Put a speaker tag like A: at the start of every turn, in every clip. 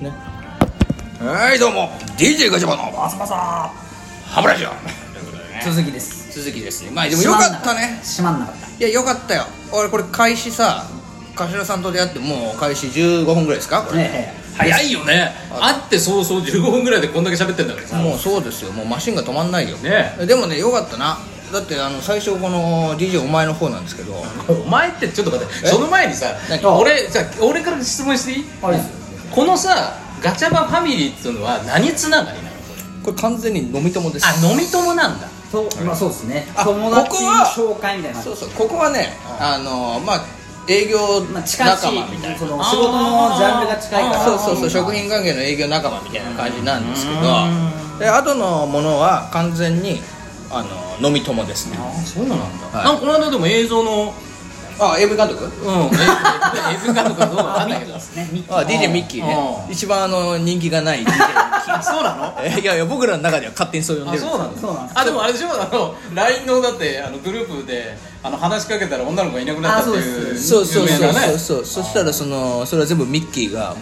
A: ね
B: はいどうも DJ ガチャバのバサバサ歯ブラシよ
A: 続きです
B: 続きですねまあでもよかったね
A: 閉まんなかった
B: いやよかったよ俺これ開始さ頭さんと出会ってもう開始15分ぐらいですかこれ、
A: え
C: 早いよね会って早々15分ぐらいでこんだけ喋ってんだからさ
B: もうそうですよもうマシンが止まんないよ、
C: ね
B: でもねよかったなだってあの最初この DJ お前の方なんですけど
C: お前ってちょっと待って
B: え
C: その前にさ
B: 何
C: 俺じゃあ俺から質問していい
A: えあれですよ
C: このさガチャバファミリーっていうのは何つながりなの
B: これ完全に飲み友です
C: あ飲み友なんだ
A: そうまあそうですね
B: あ
A: 友達
B: ここは
A: 紹介みたいな
B: そうそうここはねあのまあ営業
A: まあ近し
B: 仲間みたい
A: い
B: な
A: その仕事のジャンルが近いか
C: あ
A: ら
C: ー
B: そうそうそう食
A: 品
B: 品関係の営業仲間みたいな感じなんですけど
C: う
B: で後のものは完全にあの飲み友ですね
C: あそうなんだ、
B: はい
C: なんかこの間でも映像の
B: あ AV 監督
C: うん映像映像化とか どうかわかんないけど
A: ですねミッキー
B: あ DJ ミッキーね
C: うん
B: 一番あの人気が ない DJ ミッキ
C: あそうなの
B: ーえいやいや僕らの中では勝手にそう呼ん
C: あ
B: でる
C: そうなんだ
A: そうなんです
C: あでもあれでしょあの LINE のだってあのグループであの話しかけたら女の子がいなくなったって
A: あそう
C: いう
A: です
B: そうそう
C: 有
B: そう
C: 名な
B: そう
C: ね
B: そうそしたらそのそれは全部ミッキーが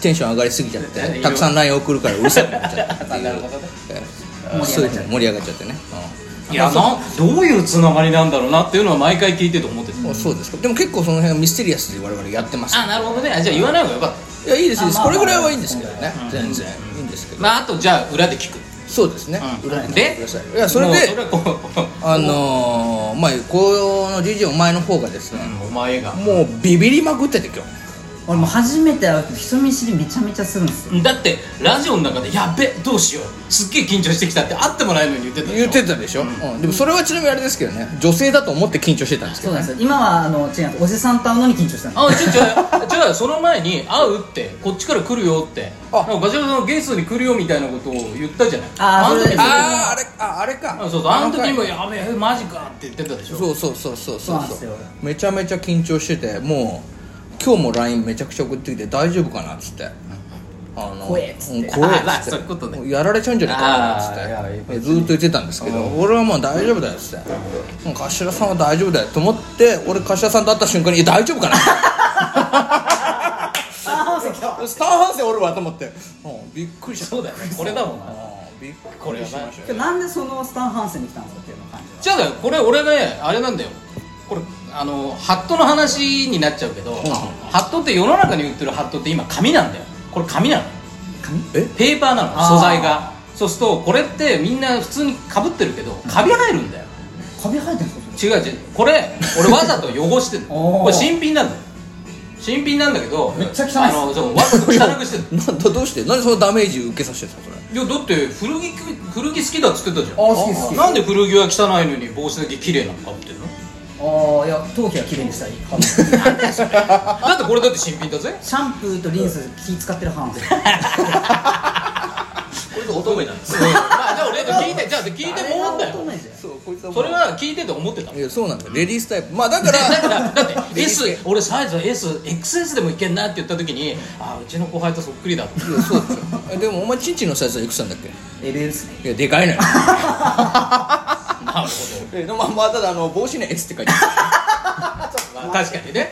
B: テンション上がりすぎちゃっ
C: いやい
B: て
C: や
B: たくさん LINE 送るからうるさくなっちゃったってい
C: な
B: う
C: るほどね
B: えーそういうの盛り上がっちゃってね
C: いやなどういうつながりなんだろうなっていうのは毎回聞いてて思ってた
B: うんあそうですかでも結構その辺はミステリアスで我々やってます
C: あなるほどねあじゃあ言わない方がよかった
B: いやいいですいいです
A: あま
B: こ
A: あ
B: れぐらいはいいんですけどね全然いいんですけど
C: まああとじゃあ裏で聞く
B: そうですね
C: うん
B: 裏に書い
C: で
B: てくださいいやそれ
C: もう
B: で
C: それはこう
B: あのーまあこの DJ お前の方がですね
C: うんお前が
B: もうビビりまくってて今日
A: 俺もう初めて会うと人見知りめちゃめちゃするんですよ
C: だってラジオの中で「やっべどうしようすっげえ緊張してきた」って会ってもないのに言ってたでし
B: 言
C: ょ
B: ってたでしょうんでもそれはちなみにあれですけどね女性だと思って緊張してたんですけ
A: そ
B: ど
A: うなんですよ今はあの違うおじさんと会うのに緊張してる
C: あちょちょじゃあその前に会うってこっちから来るよって
B: あ
C: なんかガチャガチャのゲストに来るよみたいなことを言ったじゃない
A: あ
C: の
A: それ
C: 時
A: で
B: あああれああれか
C: あそうそうあの時にも「
B: あ
C: やべえマジか」って言ってたでし
B: の
C: ょ
B: 回そうそうそうそう
A: そうなんですよ
B: めちゃめちゃ緊張しててもう今日も LINE めちゃくちゃ送ってきて大丈夫かなっつってあの
A: 怖えっつって
B: うん怖えっ
C: あまあ
B: つ
C: そう
B: っ
C: いうことね
B: てやられちゃうんじゃないかなっつ
C: あーいやいや
B: っ
C: 別
B: てずーっと言ってたんですけど俺はもう大丈夫だよっつってうん頭さんは大丈夫だよと思って俺頭さんと会った瞬間に「いや大丈夫かな?」
A: あーそ う
B: スターハンセンおるわと思ってうんびっくりした
C: そうだよねこれだもんな
B: うんびっ
C: こ
B: く
C: れ
B: り
C: は
B: し
C: な
B: ましたよ
A: 今日なんでそのスタン・ハンセンに来たんですかっていうの感じ
C: じゃあこれ俺ねあれなんだよこれあのハットの話になっちゃうけど、ハットって世の中に売ってるハットって今紙なんだよこれ紙なの
B: え
C: ペーパーなの
A: あー
C: 素材がそうするとこれってみんな普通にかぶってるけどカビ生えるんだよ
A: はカビ生えてるんですか
C: 違う違うこれ俺わざと汚してる
A: おー
C: これ新品なんだよ新品なんだけど
A: めっちゃ汚いっす
C: あのそうわざと汚くして る
B: なんだどうしてなんでそのダメージ受けさせてたのそれ
C: いやだって古着古着好きだっつってたじゃん
A: あ好き好き
C: なんで古着は汚いのに帽子だけ綺麗なのかってるの
A: ああいや頭皮は綺麗にしたい カビシ
C: だってこれだって新品だぜ
A: ャンプーとリンス気使ってる派なんですよ
C: これ乙女なんですまあじゃあ俺聞いてじゃあ聞いても思ったよ
A: よ
B: そうこいつ
C: それは聞いてて思ってた
B: いやそうなんだよレディースタイプまあだ から
C: だからだ って S
B: いや
C: 俺サイズは SXS でもいけんなって言った時にあうちの後輩とそっくりだって
B: そうですよえでもお前チンチンのサイズはいくつなんだっけ
A: LL ですね
B: いやでかいのよ
C: なるほ
B: えでもまあまあただあの帽子には S って書いて あ
C: ど、まあ、確かにね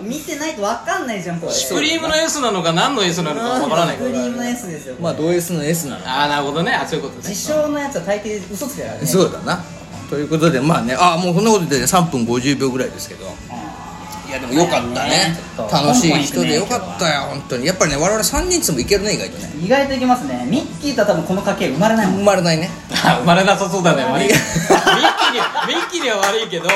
A: 見てないと分かんないじゃんこれ
C: クリームの S なのか何の S なのかわからないか
A: クリ
C: ら
A: ームの S ですよ
B: るまあ同 S の S なの
C: ああなるほどねあそういうことね
A: 自称のやつは大抵嘘つきだからね
B: そうだなということでまあねあもうこんなことでね3分50秒ぐらいですけどいやでもよかったね
A: ちょっと
B: 楽しい人でよかったよ本当にやっぱりね我々3人いつもいけるね意外とね
A: 意外といけますねミッキーとは多分この家系生まれないもん
B: 生まれないね
C: あ生まれなさそうだね悪いミッキーにはミッキーには悪いけど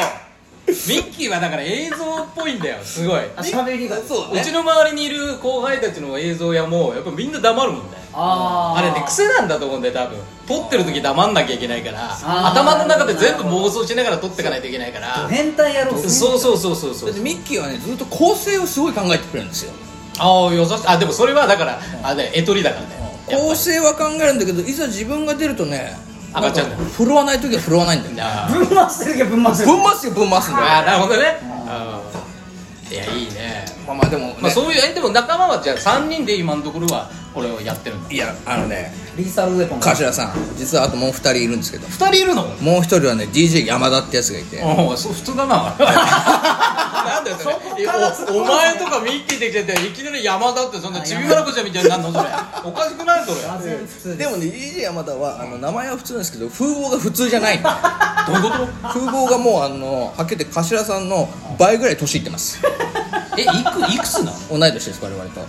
C: ミッキーはだから映像っぽいんだよすごい
A: あ喋りが
B: そう
C: うちの周りにいる後輩たちの映像やもうやっぱみんな黙るもんね
A: あ
C: あ
A: ー
C: れね癖なんだと思うんだよ多分撮ってる時黙んなきゃいけないから
A: あー
C: 頭の中で全部妄想しながら撮っていかないといけないから
A: 変態野郎っすね
C: そうそうそうそうそ
B: だっ
C: う
B: てミッキーはねずっと構成をすごい考えてくれるんですよ
C: ああ優しいあでもそれはだからあれ絵取りだからねやっぱ
B: 構成は考えるんだけどいざ自分が出るとね
C: 上がっちゃうんだよ
B: 振るわない時は振るわないんだよ
C: り
B: ね
C: な
A: ぶん回してるけどぶん回してる
B: 分回すよ分回すんだよ
C: あーなるほどねうんいやいいね
B: まあまあでも、ね
C: まあそういうえでも仲間はじゃあ3人で今のところはこれをやってるんだ
B: いやあのね
A: リーサルウェポン
B: 頭さん実はあともう2人いるんですけど
C: 2人いるの
B: もう1人はね DJ 山田ってやつがいて
C: おおそう普通だななん
B: って
C: そこから突っ込
B: お
C: む
B: お前とかミッキーできてていきなり山田ってそんなちびまらこちゃんみたいになんのそれおかしくないそれ
A: あ全然普通
B: でもね DJ 山田はあの名前は普通なんですけど風貌が普通じゃ ないんだよ
C: どういうこと
B: 風貌がもうあのはっきり言って頭さんの倍ぐらい年いってます
C: えいくいくつなの
B: 同い年です我々と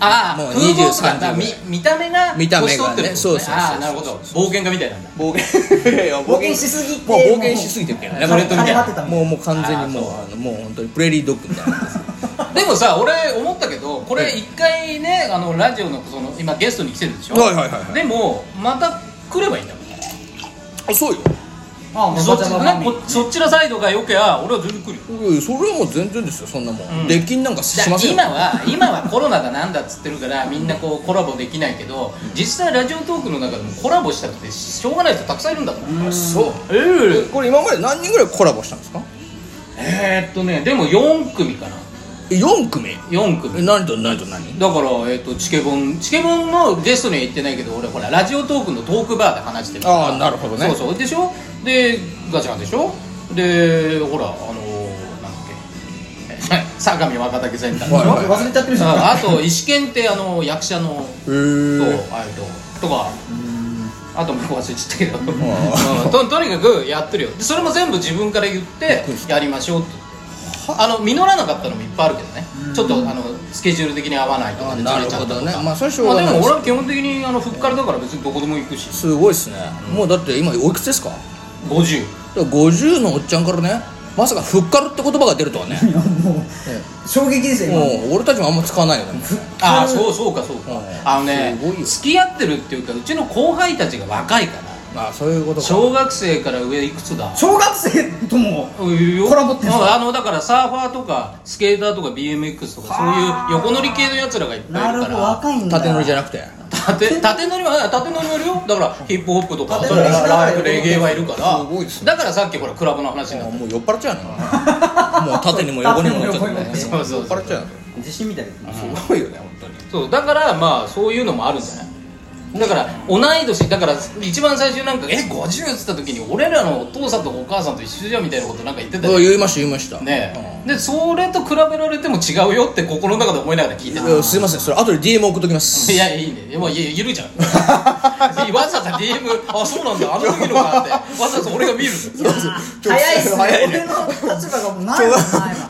C: ああ
B: もう
C: 風貌
B: 20 30
C: だ見見た目が
B: 見た目がね
C: 年取ってるってこと
B: そうそうそう
C: ああなるほど冒険家みたいなんだ
B: 冒険いやいや
A: 冒険しすぎて
B: もう冒険しすぎてるけどね
C: もうレッドみたいな
A: 枯れ果てたみた
B: も
A: いう
B: もう完全にもう
C: あ
B: あのもう本当にプレーリードッグみたいな
C: でもさ俺思ったけどこれ一回ねあのラジオのその今ゲストに来てるでし ょ
B: はいはいはいはい
C: でもまた来ればいいんだもん
B: あそうよ
A: なあもう
C: そっ
A: バ
C: ち
A: チャバ
C: ね
A: バ
C: こそっちのサイドがよけや俺は全然来るよ
B: いやそれはもう全然ですよそんなもん、
C: うん
B: 出禁なんかし
C: じゃあ
B: ませんよ
C: 今は今はコロナがなんだっつってるからみんなこうコラボできないけど実際ラジオトークの中でもコラボしたくてしょうがない人たくさんいるんだから
B: あそう
C: え
B: これ今まで何人ぐらいコラボしたんですか
C: えーっとねでも4組かな
B: 4組
C: 4組
B: え何と何と何
C: だから、えっとチケボンチケボンのゲストには行ってないけど俺ほらラジオトークのトークバーで話してるから
B: ああなるほどね
C: そうそうでしょでガチャガチャでしょでほらあのー、なんだっけ え相模若竹センターでしょ、
B: はいはい
A: 忘れちゃってるじゃん
C: ああと石剣ってあの役者の
B: へ
C: と
B: ー
C: あれととかあともう忘れちゃったけど、
B: ん
C: うんととにかくやってるよでそれも全部自分から言ってやりましょうって言ってあの実らなかったのもいっぱいあるけどねちょっとあのスケジュール的に合わないとか
B: あ
C: でず
B: な
C: れ
B: る
C: ちゃ
B: ほ
C: った
B: ど
C: と
B: ね
C: か
B: まあそれはしょう
C: まあ
B: が
C: で
B: ない
C: も
B: で
C: 俺
B: す
C: は基本的にあのふっからだから別にどこでも行くし
B: すごいっすね、もうだって今おいくつですか
C: 50
B: だから50のおっちゃんからねまさか「ふっかる」って言葉が出るとは ね
A: いやもう 衝撃ですよ今
B: もう俺たちもあんま使わないよね
C: ああそうそうかそうか、
B: うん
C: あのね
B: すごいよ
C: 付き合ってるっていうかうちの後輩たちが若いから
B: あそういうことか
C: 小学生から上いくつだ
A: 小学生ともコ
C: コ
A: ラボってんすか
C: あのだからサーファーとかスケーターとか BMX とか
A: は
C: そういう横乗り系のやつらがいっぱ
A: ない
C: い
A: る
C: る
A: ほ
C: か
A: ど
C: ら
A: 若いんだ
B: 縦乗りじゃ
A: な
B: なくて
C: 縦縦乗りはあ縦乗りもいるよだからヒップホップとか
A: 縦
C: そ
A: 乗
C: れ
A: りしながら
C: ライブレゲエはいるか
B: すごいです
C: ら
B: ね
C: だからさっきほらクラブの話にな
B: あ
C: っ
B: もう酔っ払っちゃう ねもう縦にも横にも乗っちゃってね
A: 縦に
C: も横にも
B: 酔っ払っちゃうね
A: 自信みたいですね
B: すごいよね本当に
C: たそうだからまあそういうのもあるんじゃないだから同い年だから一番最初なんか「え50」っつった時に俺らのお父さんとお母さんと一緒じゃんみたいなことなんか言ってた
B: あ
C: よ
B: 言いました言いました
C: ねえでそれと比べられても違うよって心の中で思いながら聞いてた
B: うんいやすいませんそれ後で DM 送っときます
C: いやいいねもういいるじゃん わざわざ DM あそうなんだあの時のかってわざわざ俺が見るじゃ
A: 早いっすね
B: 早いね
A: 俺の立場がもうないもんないわ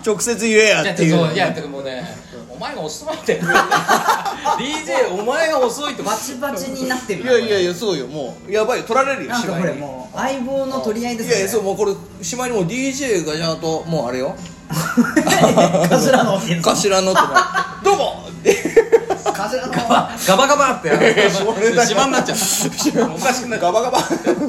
B: 直接言えや
C: あ
B: ってい
C: そう
B: う
C: いやてかもうねお前が遅いって DJ お前が遅いって
A: バチバチになってる
B: いやいやいやそうよもうやばいよ取られるよ
A: なんかこ
B: 芝
A: れ
B: 居に
A: もう相棒の取り合いで
B: いやいや
A: す
B: そ
A: よ
B: うもうこれしまいにもう DJ がちゃんともうあれよ
A: 頭の
B: 頭のってなどうも
A: 頭の
C: ガバガバって芝になっちゃ
B: おかしくないガバガバ
A: 50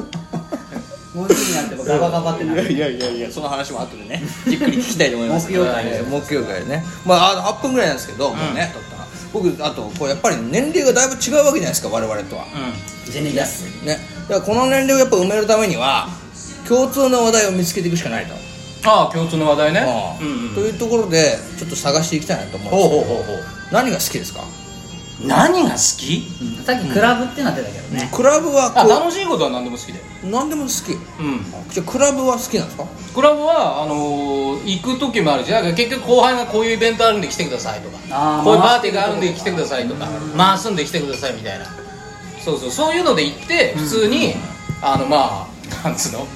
A: になってもガバガバってなる
B: いやいやいやその話も後でねじっくり聞きたいと思います
A: 木曜会
B: えー木曜会ねまああ8分ぐらいなんですけど、もうね撮ったら僕あとこうやっぱり年齢がだいぶ違うわけじゃないですか我々とは
C: う
A: ジェネギャス
B: ねだからこの年齢をやっぱ埋めるためには共通の話題を見つけていくしかないと、
C: ああ共通の話題ね
B: う
C: うんんうん
B: というところでちょっと探していきたいなと思うん
C: ほ
B: で
C: う
B: す
C: ほう
B: けど
C: ほうほう
B: 何が好きですか
C: 何が好き
A: さっきクラブってなってたけどね
B: クラブは
C: あ
B: こ
C: 楽しいことは何でも好きだよ
B: う何でも好き
C: うん
B: じゃあクラブは好きなんですか
C: クラブはあのー行く時もあるしだから結局後輩がこういうイベントあるんで来てくださいとか
A: あー
C: こういうパーティーがあるんで来てくださいとか回すんで来てくださいみたいなそうそうそういうので行って普通に、あのまあなんつうの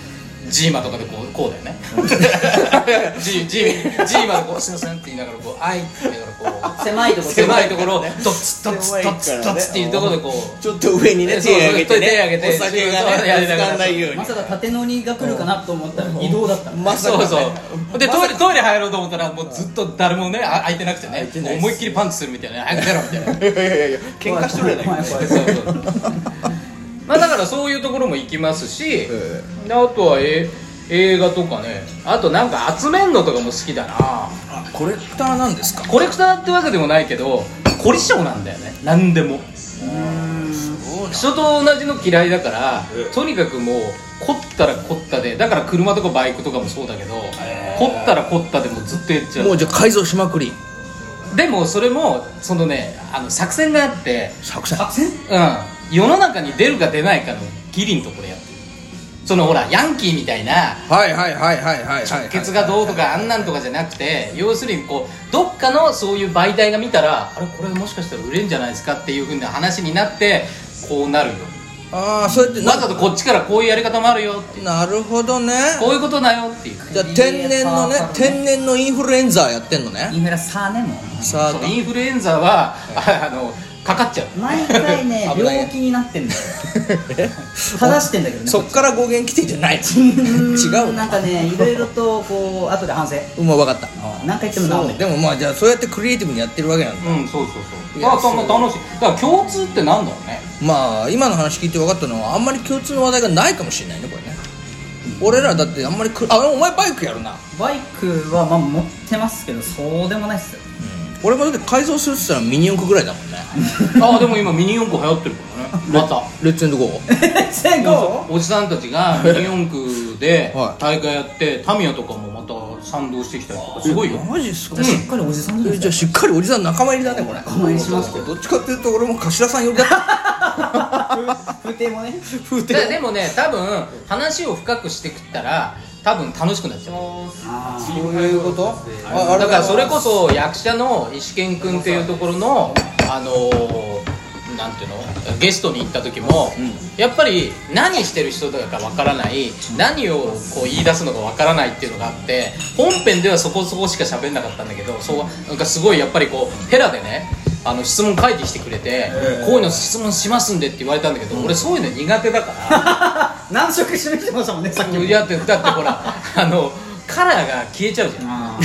C: ジーマとかでこうこうだよ ねジジージーマでこう「すいません」って言いながらこう「あい」って言いながらこう
A: 狭いとこ
C: 狭いところをドッツドッツド
B: 狭いから
C: ッ
B: ね
C: ツドッツっていうところでこう
B: ちょっと上に
C: ね手上げてねお酒がねぶつかんないよ
A: まさか縦乗りが来るかなと思ったら移動だったの
B: まさか
C: そう
B: ね
C: そうでトイレトイレ入ろうと思ったらもうずっと誰もねあ空いてなくてね
B: いてないです
C: 思いっきりパンチするみたいな早く出ろみたいな
B: いやいやいや喧嘩しとるやないか
A: 怖 い怖い怖い
C: そうそうまあだからそういうところも行きますし、
B: え
C: であとはえ映画とかねあとなんか集めんのとかも好きだな
B: あコレクターなんですか
C: コレクターってわけでもないけど凝り性なんだよね何でも人と同じの嫌いだからとにかくもう凝ったら凝ったでだから車とかバイクとかもそうだけど凝ったら凝ったでもうずっとやっちゃう
B: もうじゃあ改造しまくり
C: でもそれもそのねあの作戦があって、
B: 作戦
A: あせん
C: うん、世の中に出るか出ないかのギリのところやってるそのほらヤンキーみたいな
B: はいはいはいはいはいはい
C: ケツがどうとかあんなんとかじゃなくて要するにこうどっかのそういう媒体が見たらあれこれもしかしたら売れんじゃないですかっていうふうな話になってこうなるよ
B: ああそうやって
C: わざとこっちからこういうやり方もあるよ
B: ななるほどね
C: こういうことだよっていう
B: じゃあ天然のね天然のインフルエンザやってんのね
A: インフラさあねもう
B: さ
C: そう
B: あ
C: インフルエンザはああのかかっちゃう
A: 毎回ね
B: 危ない
A: 病気になってんだよ正してんだけどね
B: そっから語源来てんじゃない違う
A: なんかねいろいろとこう後で反省
B: うんまあ分かった
A: 何回言ってもダメ
B: でもまあじゃあそうやってクリエイティブにやってるわけなんだ
C: うんそうそうそう
B: い
C: だ
B: や
C: からそんな楽しいだから共通ってなんだろうね
B: まあ今の話聞いて分かったのはあんまり共通の話題がないかもしれないねこれね俺らだってあんまりくあお前バイクやるな、
A: バイクはまあ持ってますけどそうでもないっすよ
B: 俺もだって改造するっつったらミニ四駆ぐらいだもんね
C: ああでも今ミニ四駆流行ってるからねまた
B: レッツエンドゴー
A: 最後
C: おじさんたちがミニ四駆で
B: はい
C: 大会やってタミヤとかもまた賛同してきたりとかすごいよ
B: マジっすか、
A: じゃあしっかりおじさんじゃない
B: じゃ
A: で
B: あ
A: す
B: しっかりおじさん仲間入りだねこれ
A: かお願いしますけど
B: どっちかっていうと俺も頭さん寄りだった
A: か風亭もね
B: 風
C: ででもね多分話を深くしてくったら多分楽しくなっちゃう
A: あ
B: そういうことああ
C: だからそれこそ役者の石健君っていうところのあのーなんていうのゲストに行った時も、やっぱり何してる人だかわからない何をこう言い出すのかわからないっていうのがあって本編ではそこそこしか喋んなかったんだけどそうなんかすごいやっぱりこうヘラでねあの質問書いてきてくれて、こういうの質問しますんでって言われたんだけど、俺そういうの苦手だから。
A: あ難色示してましたもんねさ っきも
C: いやだってだってほらあのカラーが消えちゃうじゃん
A: あ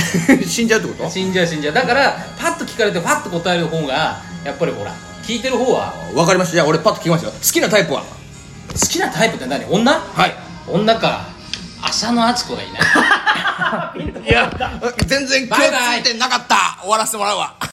B: 死んじゃうってこと
C: 死んじゃう死んじゃうだからパッと聞かれてパッと答える方がやっぱりほら聞いてる方は
B: わかりましたじゃあ俺パッと聞きますよ好きなタイプは
C: 好きなタイプって何女
B: はい
C: 女か浅野敦子がいいな
B: 全然気をついてなかった終わらせてもらうわ